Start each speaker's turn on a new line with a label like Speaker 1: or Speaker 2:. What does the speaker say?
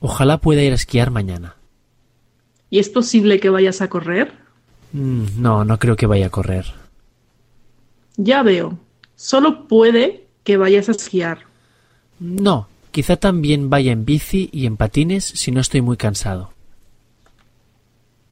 Speaker 1: Ojalá pueda ir a esquiar mañana.
Speaker 2: ¿Y es posible que vayas a correr?
Speaker 1: Mm, No, no creo que vaya a correr.
Speaker 2: Ya veo. Solo puede que vayas a esquiar.
Speaker 1: No, quizá también vaya en bici y en patines si no estoy muy cansado.